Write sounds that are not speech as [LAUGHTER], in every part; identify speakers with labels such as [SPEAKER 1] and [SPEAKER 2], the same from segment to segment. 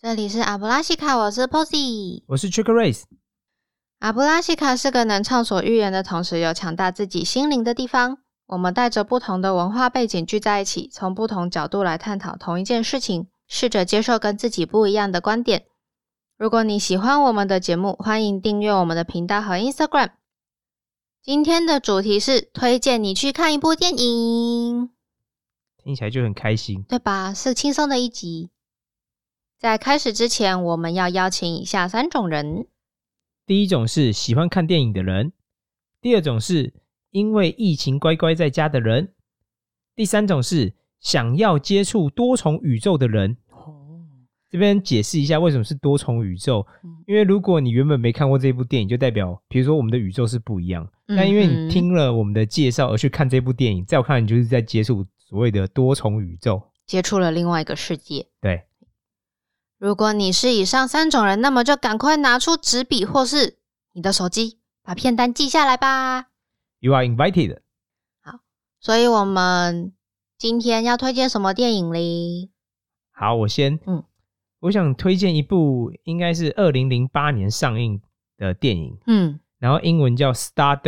[SPEAKER 1] 这里是阿布拉西卡，我是 Posy。
[SPEAKER 2] 我是 Trick Race，
[SPEAKER 1] 阿布拉西卡是个能畅所欲言的同时又强大自己心灵的地方。我们带着不同的文化背景聚在一起，从不同角度来探讨同一件事情，试着接受跟自己不一样的观点。如果你喜欢我们的节目，欢迎订阅我们的频道和 Instagram。今天的主题是推荐你去看一部电影。
[SPEAKER 2] 听起来就很开心。
[SPEAKER 1] 对吧？是轻松的一集。在开始之前，我们要邀请以下三种人：
[SPEAKER 2] 第一种是喜欢看电影的人，第二种是因为疫情乖乖在家的人，第三种是想要接触多重宇宙的人。这边解释一下为什么是多重宇宙
[SPEAKER 1] 哦嗯，
[SPEAKER 2] 因为如果你原本没看过这部电影，就代表比如说我们的宇宙是不一样。
[SPEAKER 1] 嗯
[SPEAKER 2] 但因为你听了我们的介绍而去看这部电影，在我看来你就是在接触所谓的多重宇宙。
[SPEAKER 1] 接触了另外一个世界。
[SPEAKER 2] 对，
[SPEAKER 1] 如果你是以上三种人，那么就赶快拿出纸笔或是你的手机，把片单记下来吧。
[SPEAKER 2] You are invited。
[SPEAKER 1] 所以，我们今天要推荐什么电影嘞？
[SPEAKER 2] 好，我先，
[SPEAKER 1] 嗯
[SPEAKER 2] 嗯，我想推荐一部应该是二零零八年上映的电影，
[SPEAKER 1] 嗯
[SPEAKER 2] 然后英文叫《Stardust》，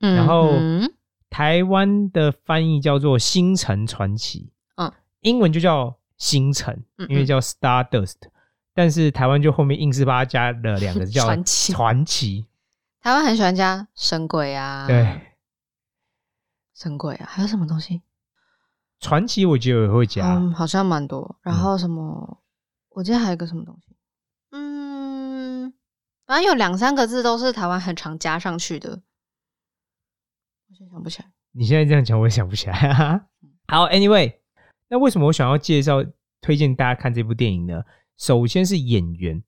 [SPEAKER 1] 嗯，
[SPEAKER 2] 然后
[SPEAKER 1] 嗯
[SPEAKER 2] 台湾的翻译叫做《星辰传奇》，
[SPEAKER 1] 嗯
[SPEAKER 2] 嗯，英文就叫《星辰
[SPEAKER 1] 嗯》，
[SPEAKER 2] 因为叫 Stardust，但是台湾就后面硬是把它加了两个字
[SPEAKER 1] [LAUGHS]
[SPEAKER 2] 叫
[SPEAKER 1] 传奇
[SPEAKER 2] 传奇，
[SPEAKER 1] 台湾很喜欢加神鬼啊，
[SPEAKER 2] 对，
[SPEAKER 1] 神鬼啊，还有什么东西？
[SPEAKER 2] 传奇我觉得也会加，嗯
[SPEAKER 1] 嗯，好像蛮多。然后什么？我记得还有一个什么东西，嗯，反正有两三个字都是台湾很常加上去的，我现在想不起来。
[SPEAKER 2] 你现在这样讲，我也想不起来、 [LAUGHS] 哈哈。好，Anyway，那为什么我想要介绍推荐大家看这部电影呢？首先是演员，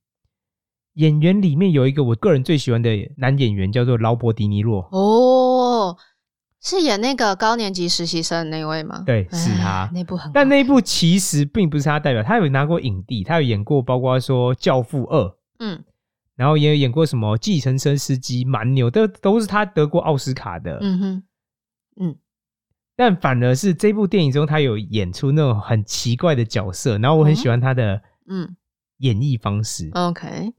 [SPEAKER 2] 演员里面有一个我个人最喜欢的男演员，叫做劳勃迪尼洛。
[SPEAKER 1] 哦，是演那个高年级实习生的那位吗？
[SPEAKER 2] 对是他
[SPEAKER 1] 哎那部很好，
[SPEAKER 2] [LAUGHS] 但那一部其实并不是他代表，他有拿过影帝，他有演过包括说《教父二》，
[SPEAKER 1] 嗯
[SPEAKER 2] 然后也有演过什么《计程车司机》《蛮牛》，都都是他得过奥斯卡的。
[SPEAKER 1] 嗯哼，
[SPEAKER 2] 但反而是这部电影中，他有演出那种很奇怪的角色，然后我很喜欢他的
[SPEAKER 1] 嗯
[SPEAKER 2] 演绎方式。
[SPEAKER 1] ，OK，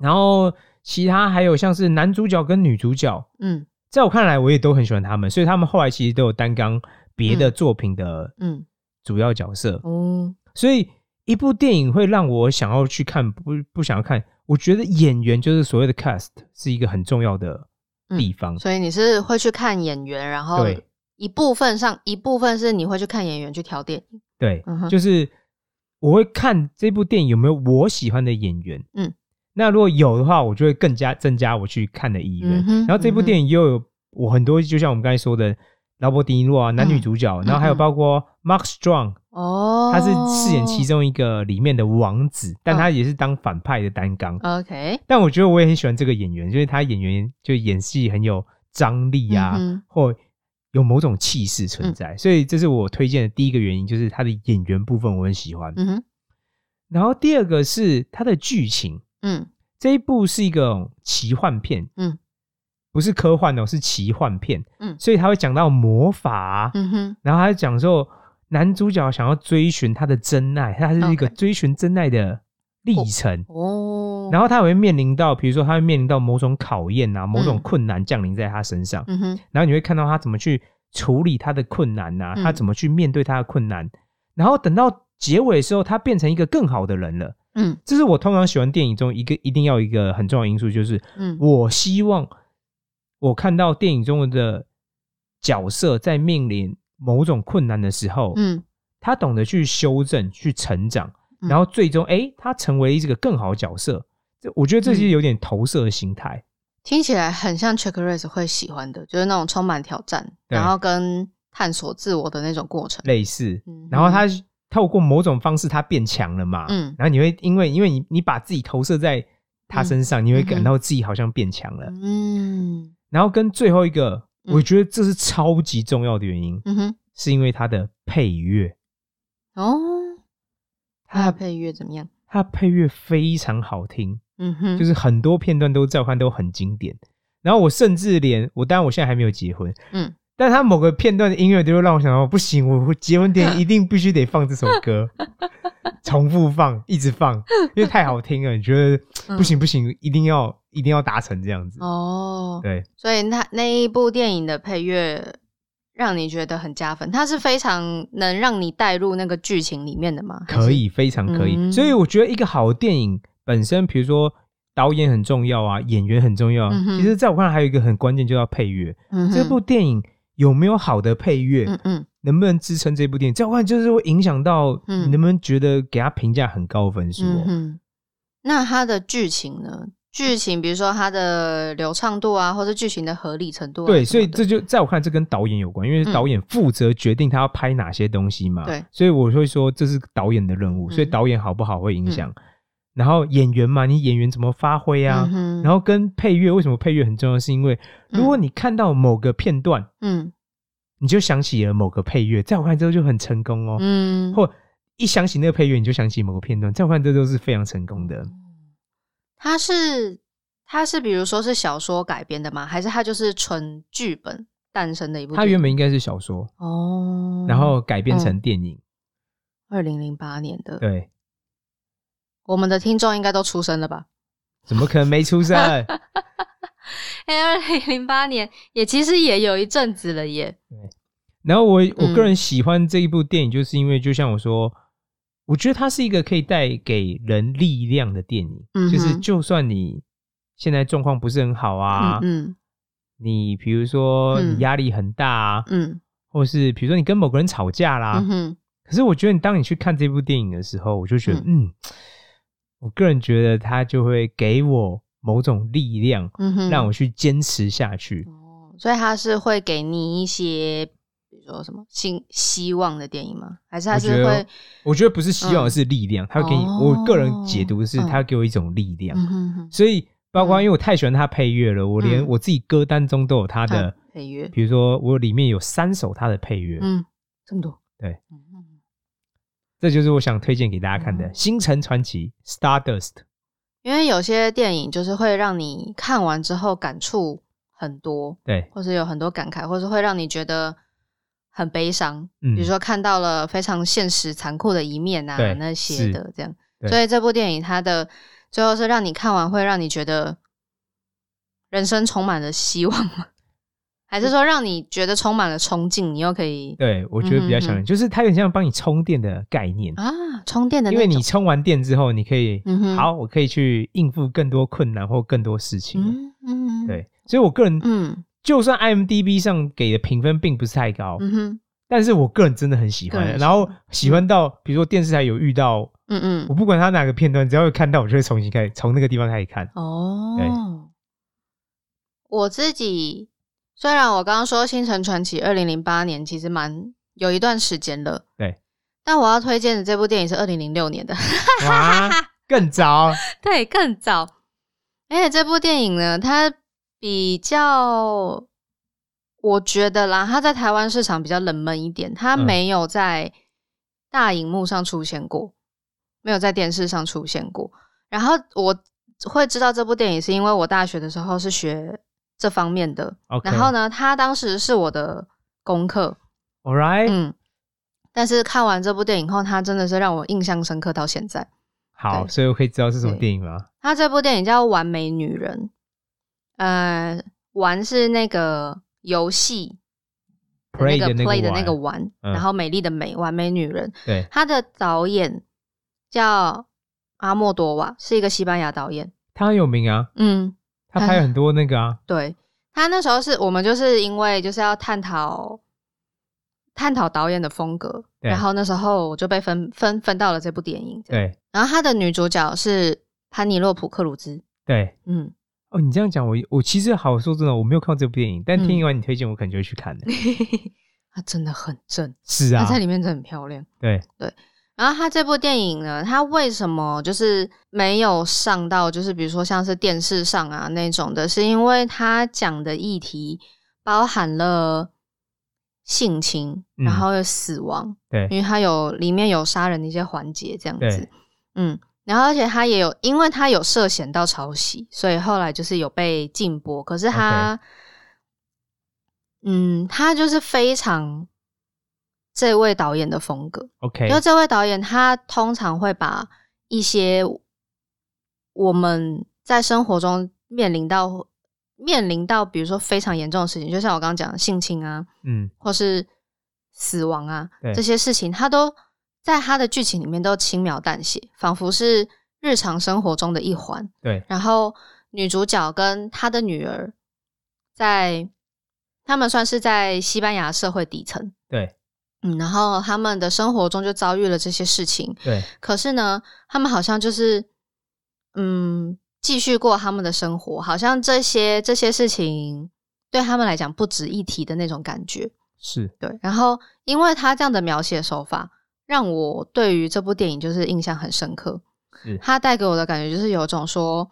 [SPEAKER 2] 然后其他还有像是男主角跟女主角，
[SPEAKER 1] 嗯
[SPEAKER 2] 在我看来，我也都很喜欢他们，所以他们后来其实都有担纲别的作品的
[SPEAKER 1] 嗯
[SPEAKER 2] 主要角色。
[SPEAKER 1] 哦，
[SPEAKER 2] 所以一部电影会让我想要去看，不不想要看。我觉得演员就是所谓的 cast 是一个很重要的地方，
[SPEAKER 1] 所以你是会去看演员，然后
[SPEAKER 2] 对
[SPEAKER 1] 一部分上一部分是你会去看演员去挑电影，
[SPEAKER 2] 对，
[SPEAKER 1] 嗯哼
[SPEAKER 2] 就是我会看这部电影有没有我喜欢的演员，
[SPEAKER 1] 嗯，
[SPEAKER 2] 那如果有的话，我就会更加增加我去看的意愿。
[SPEAKER 1] 嗯哼
[SPEAKER 2] 然后这部电影又有我很多，就像我们刚才说的，劳勃迪尼洛啊，男
[SPEAKER 1] 嗯
[SPEAKER 2] 女主角，然后还有包括 Mark Strong，、
[SPEAKER 1] 哦，嗯
[SPEAKER 2] 他是饰演其中一个里面的王子，但他也是当反派的担纲。
[SPEAKER 1] OK，
[SPEAKER 2] 但我觉得我也很喜欢这个演员，因为他演员就演戏很有张力啊，
[SPEAKER 1] 嗯哼
[SPEAKER 2] 或有某种气势
[SPEAKER 1] 嗯
[SPEAKER 2] 存在，所以这是我推荐的第一个原因，就是他的演员部分我很喜欢。
[SPEAKER 1] 嗯哼，
[SPEAKER 2] 然后第二个是它的剧情，
[SPEAKER 1] 嗯
[SPEAKER 2] 这一部是一个奇幻片，
[SPEAKER 1] 嗯，
[SPEAKER 2] 不是科幻哦，是奇幻片，
[SPEAKER 1] 嗯
[SPEAKER 2] 所以他会讲到魔法啊、
[SPEAKER 1] 嗯哼，
[SPEAKER 2] 然后他讲说男主角想要追寻他的真爱，他是一个
[SPEAKER 1] OK
[SPEAKER 2] 追寻真爱的历程。
[SPEAKER 1] 哦，
[SPEAKER 2] 然
[SPEAKER 1] 后
[SPEAKER 2] 后他也会面临到，比如说他会面临到某种考验啊，某种
[SPEAKER 1] 嗯
[SPEAKER 2] 困难降临在他身上，
[SPEAKER 1] 嗯哼，
[SPEAKER 2] 然后你会看到他怎么去处理他的困难呐、
[SPEAKER 1] 嗯
[SPEAKER 2] 他怎么去面对他的困难，然后等到结尾的时候，他变成一个更好的人了。
[SPEAKER 1] 嗯
[SPEAKER 2] 这是我通常喜欢电影中一个一定要一个很重要的因素，就是
[SPEAKER 1] 嗯
[SPEAKER 2] 我希望我看到电影中的角色在面临某种困难的时候，
[SPEAKER 1] 嗯
[SPEAKER 2] 他懂得去修正、去成长，
[SPEAKER 1] 嗯
[SPEAKER 2] 然后最终诶，他成为这个更好的角色。这我觉得
[SPEAKER 1] 嗯
[SPEAKER 2] 这些有点投射的心态，
[SPEAKER 1] 听起来很像 Check Race 会喜欢的，就是那种充满挑战，
[SPEAKER 2] 对
[SPEAKER 1] 然后跟探索自我的那种过程。
[SPEAKER 2] 类似
[SPEAKER 1] 嗯。
[SPEAKER 2] 然后他透过某种方式，他变强了嘛？
[SPEAKER 1] 嗯
[SPEAKER 2] 然后你会因为因为你你把自己投射在他身上，你会感到自己好像变强了。
[SPEAKER 1] 嗯
[SPEAKER 2] 然后跟最后一个，
[SPEAKER 1] 嗯
[SPEAKER 2] 我觉得这是超级重要的原因，
[SPEAKER 1] 嗯哼，
[SPEAKER 2] 是因为它的配乐，
[SPEAKER 1] 哦，它的
[SPEAKER 2] 它
[SPEAKER 1] 配乐怎么样？
[SPEAKER 2] 它配乐非常好听，
[SPEAKER 1] 嗯哼，
[SPEAKER 2] 就是是很多片段都在我看都很经典。然后我甚至连我，当然我现在还没有结婚，
[SPEAKER 1] 嗯，
[SPEAKER 2] 但它某个
[SPEAKER 1] [LAUGHS]
[SPEAKER 2] 片段的音乐都会让我想到，不行，我结婚典礼一定必须得放这首歌，重复放，一直放，因为太好听了，你觉得
[SPEAKER 1] [LAUGHS] 嗯
[SPEAKER 2] 不行不行，一定要一定要达成这样子。
[SPEAKER 1] 哦，
[SPEAKER 2] 对，
[SPEAKER 1] 所以那那一部电影的配乐让你觉得很加分，它是非常能让你带入那个剧情里面的吗？还是
[SPEAKER 2] 可，以，非常可以。
[SPEAKER 1] 嗯
[SPEAKER 2] 所以我觉得一个好电影本身，比如说导演很重要啊，演员很重要啊。
[SPEAKER 1] 嗯哼
[SPEAKER 2] 其实，在我看来，还有一个很关键，就要配乐。
[SPEAKER 1] 嗯哼
[SPEAKER 2] 这部电影有没有好的配乐，
[SPEAKER 1] 嗯嗯
[SPEAKER 2] 能不能支撑这部电影？在我看来就是会影响到
[SPEAKER 1] 嗯
[SPEAKER 2] 你能不能觉得给他评价很高的分数、
[SPEAKER 1] 嗯。
[SPEAKER 2] 哦
[SPEAKER 1] 哼，那它的剧情呢？剧情比如说它的流畅度啊，或者剧情的合理程度啊什么的、
[SPEAKER 2] 对，所以这就在我看来，这跟导演有关，因为
[SPEAKER 1] 嗯
[SPEAKER 2] 导演负责决定他要拍哪些东西嘛。
[SPEAKER 1] 对，
[SPEAKER 2] 所以我会说这是导演的任务，所以
[SPEAKER 1] 嗯
[SPEAKER 2] 导演好不好会影响。然后演员嘛，你演员怎么发挥啊？
[SPEAKER 1] 嗯哼、
[SPEAKER 2] 然后跟配乐，为什么配乐很重要？是因为如果
[SPEAKER 1] 嗯
[SPEAKER 2] 你看到某个片段，
[SPEAKER 1] 嗯
[SPEAKER 2] 你就想起了某个配乐，在我看来之后就很成功哦。
[SPEAKER 1] 嗯，
[SPEAKER 2] 或一想起那个配乐，你就想起某个片段，在我看来这都是非常成功的。
[SPEAKER 1] 嗯它是它是比如说是小说改编的吗？还是它就是纯剧本诞生的一部电
[SPEAKER 2] 它
[SPEAKER 1] 影？
[SPEAKER 2] 原本应该是小说，
[SPEAKER 1] 哦，
[SPEAKER 2] 然后改编成电影。
[SPEAKER 1] 二零零八年的，
[SPEAKER 2] 对，
[SPEAKER 1] 我们的听众应该都出生了吧？
[SPEAKER 2] 怎么可能没出声？
[SPEAKER 1] [LAUGHS] 哎、二零零八年也其实也有一阵子了耶。
[SPEAKER 2] 然后我我
[SPEAKER 1] 嗯
[SPEAKER 2] 个人喜欢这一部电影，就是因为就像我说，我觉得它是一个可以带给人力量的电影。
[SPEAKER 1] 嗯哼
[SPEAKER 2] 就是就算你现在状况不是很好啊，
[SPEAKER 1] 嗯
[SPEAKER 2] 你比如说
[SPEAKER 1] 嗯
[SPEAKER 2] 你压力很大啊，
[SPEAKER 1] 嗯
[SPEAKER 2] 或是比如说你跟某个人吵架啦，
[SPEAKER 1] 嗯哼
[SPEAKER 2] 可是我觉得你当你去看这部电影的时候，我就觉得，嗯我个人觉得它就会给我某种力量，
[SPEAKER 1] 嗯哼，
[SPEAKER 2] 让我去坚持下去。
[SPEAKER 1] 哦，所以它是会给你一些，比如说什么新希望的电影吗？还是它
[SPEAKER 2] 我觉
[SPEAKER 1] 是
[SPEAKER 2] 得
[SPEAKER 1] 会，
[SPEAKER 2] 我觉得不是希
[SPEAKER 1] 嗯
[SPEAKER 2] 望，而是力量。它会给你，
[SPEAKER 1] 哦
[SPEAKER 2] 我个人解读是
[SPEAKER 1] 嗯
[SPEAKER 2] 它给我一种力量。
[SPEAKER 1] 嗯哼哼，
[SPEAKER 2] 所以，包括
[SPEAKER 1] 嗯
[SPEAKER 2] 因为我太喜欢它配乐了，我连
[SPEAKER 1] 嗯
[SPEAKER 2] 我自己歌单中都有它的，
[SPEAKER 1] 它配乐，
[SPEAKER 2] 比如说我里面有三首它的配乐，
[SPEAKER 1] 嗯，这么多，
[SPEAKER 2] 对
[SPEAKER 1] 嗯哼哼，
[SPEAKER 2] 这就是我想推荐给大家看的
[SPEAKER 1] 嗯
[SPEAKER 2] 《星辰传奇》（Stardust）。
[SPEAKER 1] 因为有些电影就是会让你看完之后感触很多，
[SPEAKER 2] 对，
[SPEAKER 1] 或是有很多感慨，或是会让你觉得很悲伤。
[SPEAKER 2] 嗯
[SPEAKER 1] 比如说看到了非常现实残酷的一面啊
[SPEAKER 2] 对，
[SPEAKER 1] 那些的这样。
[SPEAKER 2] 对
[SPEAKER 1] 所以这部电影它的最后是让你看完会让你觉得人生充满了希望吗？ [LAUGHS] 还是说让你觉得充满了冲劲，你又可以
[SPEAKER 2] 对我觉得比较
[SPEAKER 1] 嗯
[SPEAKER 2] 想，
[SPEAKER 1] 哼哼
[SPEAKER 2] 就是它有点像帮你充电的概念。
[SPEAKER 1] 啊充电的那
[SPEAKER 2] 因
[SPEAKER 1] 种？
[SPEAKER 2] 为你充完电之后，你可以、
[SPEAKER 1] 嗯哼
[SPEAKER 2] 好，我可以去应付更多困难或更多事情了。
[SPEAKER 1] 嗯嗯，
[SPEAKER 2] 对，所以我个人、
[SPEAKER 1] 嗯
[SPEAKER 2] 就算 IMDB 上给的评分并不是太高，
[SPEAKER 1] 嗯哼
[SPEAKER 2] 但是我个人真的很喜
[SPEAKER 1] 个
[SPEAKER 2] 欢，
[SPEAKER 1] 人
[SPEAKER 2] 然后喜欢到、比如说电视台有遇到，
[SPEAKER 1] 嗯嗯
[SPEAKER 2] 我不管它哪个片段，只要有看到，我就会重新开始从那个地方开始看。
[SPEAKER 1] 哦，我自己虽然我刚刚说《星辰传奇》二零零八年其实蛮有一段时间了，
[SPEAKER 2] 对，
[SPEAKER 1] 但我要推荐的这部电影是二零零六年的，
[SPEAKER 2] 哇，
[SPEAKER 1] [LAUGHS]
[SPEAKER 2] 更早，
[SPEAKER 1] 对，更早。而且这部电影呢，它比较，我觉得啦，它在台湾市场比较冷门一点，它
[SPEAKER 2] 嗯
[SPEAKER 1] 没有在大荧幕上出现过，没有在电视上出现过。然后我会知道这部电影，是因为我大学的时候是学这方面的
[SPEAKER 2] OK
[SPEAKER 1] 然后呢，它当时是我的功课，
[SPEAKER 2] ，All right，、
[SPEAKER 1] 嗯。但是看完这部电影后，它真的是让我印象深刻到现在。
[SPEAKER 2] 好，
[SPEAKER 1] 对嗯
[SPEAKER 2] 所以我可以知道是什么
[SPEAKER 1] 对
[SPEAKER 2] 电影吗？
[SPEAKER 1] 他这部电影叫《完美女人》，呃，玩是那个游戏的
[SPEAKER 2] Play
[SPEAKER 1] 那
[SPEAKER 2] 的
[SPEAKER 1] 个
[SPEAKER 2] 那个
[SPEAKER 1] play 的那个
[SPEAKER 2] 玩
[SPEAKER 1] 玩，
[SPEAKER 2] 嗯
[SPEAKER 1] 然后美丽的美，完美女人。
[SPEAKER 2] 对，
[SPEAKER 1] 他的导演叫阿莫多瓦，是一个西班牙导演。
[SPEAKER 2] 他很有名啊，
[SPEAKER 1] 嗯，
[SPEAKER 2] 他拍很多那
[SPEAKER 1] [LAUGHS]
[SPEAKER 2] 个啊，
[SPEAKER 1] 对他那时候是我们就是因为就是要探讨探讨导演的风格，
[SPEAKER 2] 对
[SPEAKER 1] 然后那时候我就被分分分到了这部电影。
[SPEAKER 2] 对
[SPEAKER 1] 然后他的女主角是潘尼洛普·克鲁兹。
[SPEAKER 2] 对。
[SPEAKER 1] 嗯，
[SPEAKER 2] 哦，你这样讲，我我其实好说真的，我没有看过这部电影，但
[SPEAKER 1] 嗯
[SPEAKER 2] 听完你推荐，我可能就会去看的。 [LAUGHS]
[SPEAKER 1] 她真的很正。
[SPEAKER 2] 是
[SPEAKER 1] 她
[SPEAKER 2] 啊，
[SPEAKER 1] 嗯在里面真的很漂亮。
[SPEAKER 2] 对，
[SPEAKER 1] 然后她这部电影呢，她为什么就是没有上到，就是比如说像是电视上啊那种的，是因为她讲的议题包含了性侵，
[SPEAKER 2] 嗯
[SPEAKER 1] 然后有死亡，
[SPEAKER 2] 对
[SPEAKER 1] 因为它有里面有杀人的一些环节这样子
[SPEAKER 2] 对，
[SPEAKER 1] 嗯。然后，而且她也有，因为她有涉嫌到抄袭，所以后来就是有被禁播。可是她嗯，她就是非常这位导演的风格，
[SPEAKER 2] OK，
[SPEAKER 1] 因为这位导演他通常会把一些我们在生活中面临到面临到，比如说非常严重的事情，就像我刚刚讲的性侵啊，
[SPEAKER 2] 嗯，
[SPEAKER 1] 或是死亡啊
[SPEAKER 2] 对
[SPEAKER 1] 这些事情，他都在他的剧情里面都轻描淡写，仿佛是日常生活中的一环。
[SPEAKER 2] 对，
[SPEAKER 1] 然后女主角跟她的女儿在，他们算是在西班牙社会底层，
[SPEAKER 2] 对，
[SPEAKER 1] 嗯，然后他们的生活中就遭遇了这些事情，
[SPEAKER 2] 对，
[SPEAKER 1] 可是呢，他们好像就是，嗯，继续过他们的生活，好像这些这些事情对他们来讲不值一提的那种感觉，
[SPEAKER 2] 是，
[SPEAKER 1] 对。然后因为他这样的描写手法，让我对于这部电影就是印象很深刻
[SPEAKER 2] 是。
[SPEAKER 1] 它带给我的感觉就是有种说，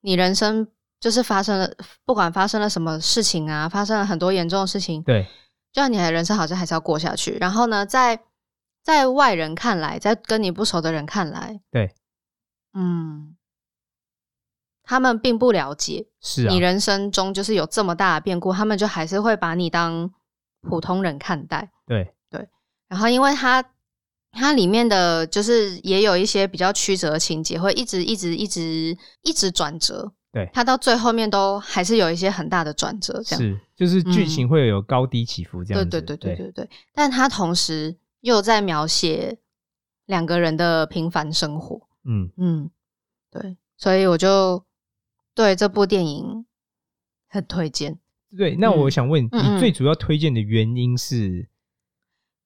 [SPEAKER 1] 你人生就是发生了，不管发生了什么事情啊，发生了很多严重的事情，
[SPEAKER 2] 对，
[SPEAKER 1] 就像你的人生好像还是要过下去。然后呢，在在外人看来，在跟你不熟的人看来，
[SPEAKER 2] 对，
[SPEAKER 1] 嗯，他们并不了解、
[SPEAKER 2] 是啊
[SPEAKER 1] 你，人生中就是有这么大的变故，他们就还是会把你当普通人看待。
[SPEAKER 2] 对，
[SPEAKER 1] 然后因为它它里面的就是也有一些比较曲折的情节，会一直一直一直一直转折。
[SPEAKER 2] 对
[SPEAKER 1] 它到最后面都还是有一些很大的转折，这样。
[SPEAKER 2] 是，就是剧情会有高低起伏这样
[SPEAKER 1] 对嗯
[SPEAKER 2] 子，
[SPEAKER 1] 对对对对对，但他同时又在描写两个人的平凡生活，
[SPEAKER 2] 嗯，
[SPEAKER 1] 嗯，对，所以我就对这部电影很推荐。
[SPEAKER 2] 对。那我想问，
[SPEAKER 1] 嗯嗯
[SPEAKER 2] 你最主要推荐的原因是？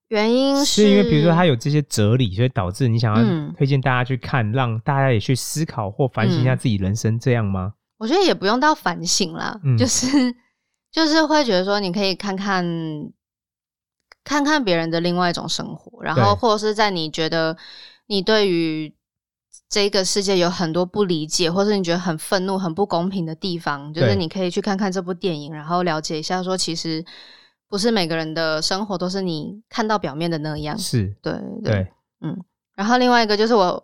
[SPEAKER 1] 原因
[SPEAKER 2] 是因为比如说它有这些哲理，所以导致你想要
[SPEAKER 1] 嗯
[SPEAKER 2] 推荐大家去看，让大家也去思考或反省一下
[SPEAKER 1] 嗯
[SPEAKER 2] 自己人生，这样吗？
[SPEAKER 1] 我觉得也不用到反省啦，
[SPEAKER 2] 嗯
[SPEAKER 1] 就是就是会觉得说，你可以看看看看别人的另外一种生活，然后
[SPEAKER 2] 对
[SPEAKER 1] 或者是在你觉得你对于这个世界有很多不理解，或是你觉得很愤怒、很不公平的地方，就是
[SPEAKER 2] 对
[SPEAKER 1] 你可以去看看这部电影，然后了解一下说，其实不是每个人的生活都是你看到表面的那样。
[SPEAKER 2] 是，
[SPEAKER 1] 对对
[SPEAKER 2] 对，
[SPEAKER 1] 然后另外一个就是我，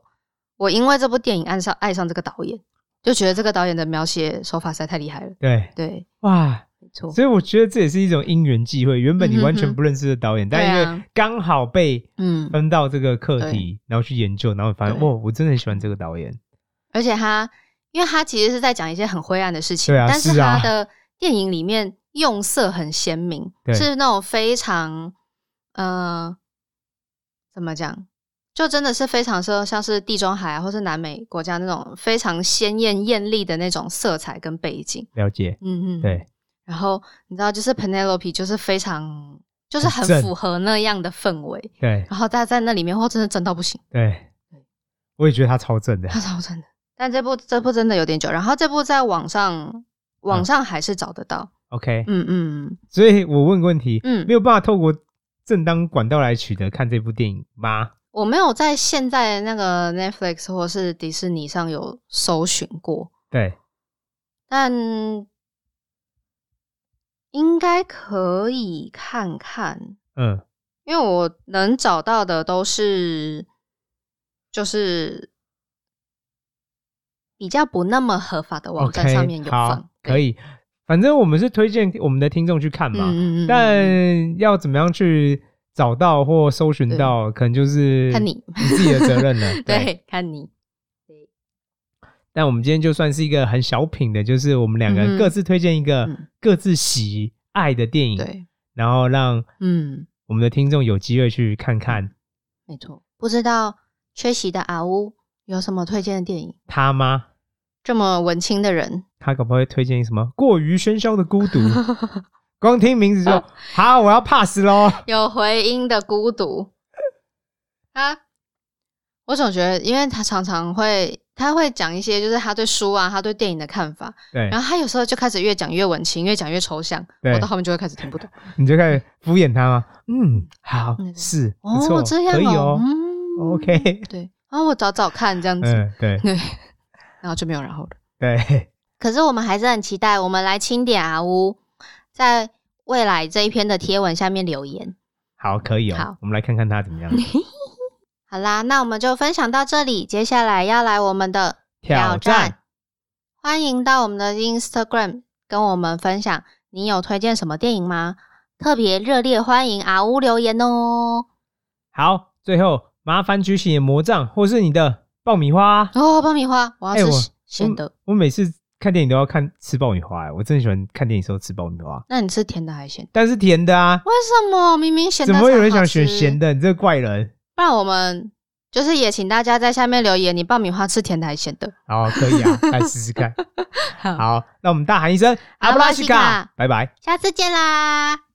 [SPEAKER 1] 我因为这部电影爱上爱上这个导演，就觉得这个导演的描写手法实在太厉害了。
[SPEAKER 2] 对，
[SPEAKER 1] 对，
[SPEAKER 2] 哇！
[SPEAKER 1] 没错，
[SPEAKER 2] 所以我觉得这也是一种因缘际会。原本你
[SPEAKER 1] 嗯哼
[SPEAKER 2] 完全
[SPEAKER 1] 哼
[SPEAKER 2] 不认识的导演，
[SPEAKER 1] 对
[SPEAKER 2] 但因为
[SPEAKER 1] 啊
[SPEAKER 2] 刚好被
[SPEAKER 1] 嗯，
[SPEAKER 2] 分到这个课题，然后去研究，然后发现，
[SPEAKER 1] 对
[SPEAKER 2] 哇，我真的很喜欢这个导演。
[SPEAKER 1] 而且他，因为他其实是在讲一些很灰暗的事情，
[SPEAKER 2] 对啊
[SPEAKER 1] 但是
[SPEAKER 2] 是啊
[SPEAKER 1] 他的电影里面用色很鲜明，
[SPEAKER 2] 对
[SPEAKER 1] 是那种非常，呃，怎么讲？就真的是非常说像是地中海啊，或是南美国家那种非常鲜艳艳丽的那种色彩跟背景，
[SPEAKER 2] 了解，
[SPEAKER 1] 嗯嗯，
[SPEAKER 2] 对，
[SPEAKER 1] 然后你知道，就是 Penelope 就是非常，就是
[SPEAKER 2] 很
[SPEAKER 1] 很
[SPEAKER 2] 正
[SPEAKER 1] 符合那样的氛围。
[SPEAKER 2] 对，
[SPEAKER 1] 然后大家在那里面，哇，真的真到不行，
[SPEAKER 2] 对，我也觉得他超
[SPEAKER 1] [LAUGHS]
[SPEAKER 2] 正的。
[SPEAKER 1] 他超真的。但这部这部真的有点久，然后这部在网上
[SPEAKER 2] 嗯
[SPEAKER 1] 网上还是找得到。
[SPEAKER 2] OK，
[SPEAKER 1] 嗯嗯
[SPEAKER 2] 所以我问个问题，
[SPEAKER 1] 嗯
[SPEAKER 2] 没有办法透过正当管道来取得看这部电影吗？
[SPEAKER 1] 我没有在现在那个 Netflix 或是迪士尼上有搜寻过，
[SPEAKER 2] 对，
[SPEAKER 1] 但应该可以看看，
[SPEAKER 2] 嗯，
[SPEAKER 1] 因为我能找到的都是就是比较不那么合法的网站
[SPEAKER 2] OK，
[SPEAKER 1] 上面有放
[SPEAKER 2] 好，可
[SPEAKER 1] 以
[SPEAKER 2] 以。反正我们是推荐我们的听众去看嘛，
[SPEAKER 1] 嗯嗯嗯，
[SPEAKER 2] 但要怎么样去找到或搜寻到，可能就是
[SPEAKER 1] 看你
[SPEAKER 2] 自己的责任了。
[SPEAKER 1] [LAUGHS] 对，看你
[SPEAKER 2] 但我们今天就算是一个很小品的，就是我们两个
[SPEAKER 1] 嗯
[SPEAKER 2] 人
[SPEAKER 1] 哼
[SPEAKER 2] 各自推荐一个
[SPEAKER 1] 嗯
[SPEAKER 2] 各自喜爱的电影，
[SPEAKER 1] 对，
[SPEAKER 2] 然后让
[SPEAKER 1] 嗯，
[SPEAKER 2] 我们的听众有机会去看看
[SPEAKER 1] 没错。不知道缺席的阿乌有什么推荐的电影？
[SPEAKER 2] 他吗？
[SPEAKER 1] 这么文青的人，
[SPEAKER 2] 他可不会推荐什么《过于喧嚣
[SPEAKER 1] [LAUGHS]
[SPEAKER 2] 的孤独》？光听名字就
[SPEAKER 1] 哦
[SPEAKER 2] 好，我要 pass 咯。
[SPEAKER 1] 有回音的孤独啊！我总觉得，因为他常常会，他会讲一些就是他对书啊，他对电影的看法，
[SPEAKER 2] 对
[SPEAKER 1] 然，后他有时候就开始越讲越文青，越讲越抽象，
[SPEAKER 2] 对
[SPEAKER 1] 我到后面就会开始听
[SPEAKER 2] [LAUGHS]
[SPEAKER 1] 不懂。
[SPEAKER 2] 你就开始敷衍他吗？嗯，好
[SPEAKER 1] 嗯，
[SPEAKER 2] 是不错，
[SPEAKER 1] 哦，这样
[SPEAKER 2] 可以哦。
[SPEAKER 1] 嗯
[SPEAKER 2] OK，
[SPEAKER 1] [LAUGHS] 对，然后我找找看这样子，
[SPEAKER 2] 嗯，对
[SPEAKER 1] [LAUGHS] 对，然后就没有然后了。
[SPEAKER 2] 对， [LAUGHS]
[SPEAKER 1] 可是我们还是很期待，我们来清点阿乌在未来这一篇的贴文下面留言。
[SPEAKER 2] 好，可以哦
[SPEAKER 1] 好。
[SPEAKER 2] 我们来看看他怎
[SPEAKER 1] [LAUGHS]
[SPEAKER 2] 么样
[SPEAKER 1] 好啦，那我们就分享到这里，接下来要来我们的，欢迎到我们的 Instagram 跟我们分享你有推荐什么电影吗？特别热烈欢迎阿乌留言哦。
[SPEAKER 2] 好，最后麻烦举起你的魔杖或是你的爆米花啊。
[SPEAKER 1] 哦，爆米花，我要
[SPEAKER 2] 哎
[SPEAKER 1] 吃
[SPEAKER 2] 我
[SPEAKER 1] 咸咸的。
[SPEAKER 2] 我每次看电影都要看吃爆米花、欸，我真的喜欢看电影时候吃爆米花，
[SPEAKER 1] 那你吃甜的还是咸的？
[SPEAKER 2] 但是甜的啊，
[SPEAKER 1] 为什么明明咸的？
[SPEAKER 2] 怎么会有人想选咸？的？你这个怪人！
[SPEAKER 1] 不然我们就是也请大家在下面留言，你爆米花吃甜的还是咸的？
[SPEAKER 2] 好，可以 [LAUGHS] 啊，来试试看。
[SPEAKER 1] 好，
[SPEAKER 2] 好，那我们大喊一声“阿布拉西
[SPEAKER 1] 阿布拉
[SPEAKER 2] 卡
[SPEAKER 1] 西卡”，
[SPEAKER 2] 拜拜。
[SPEAKER 1] 下次见啦。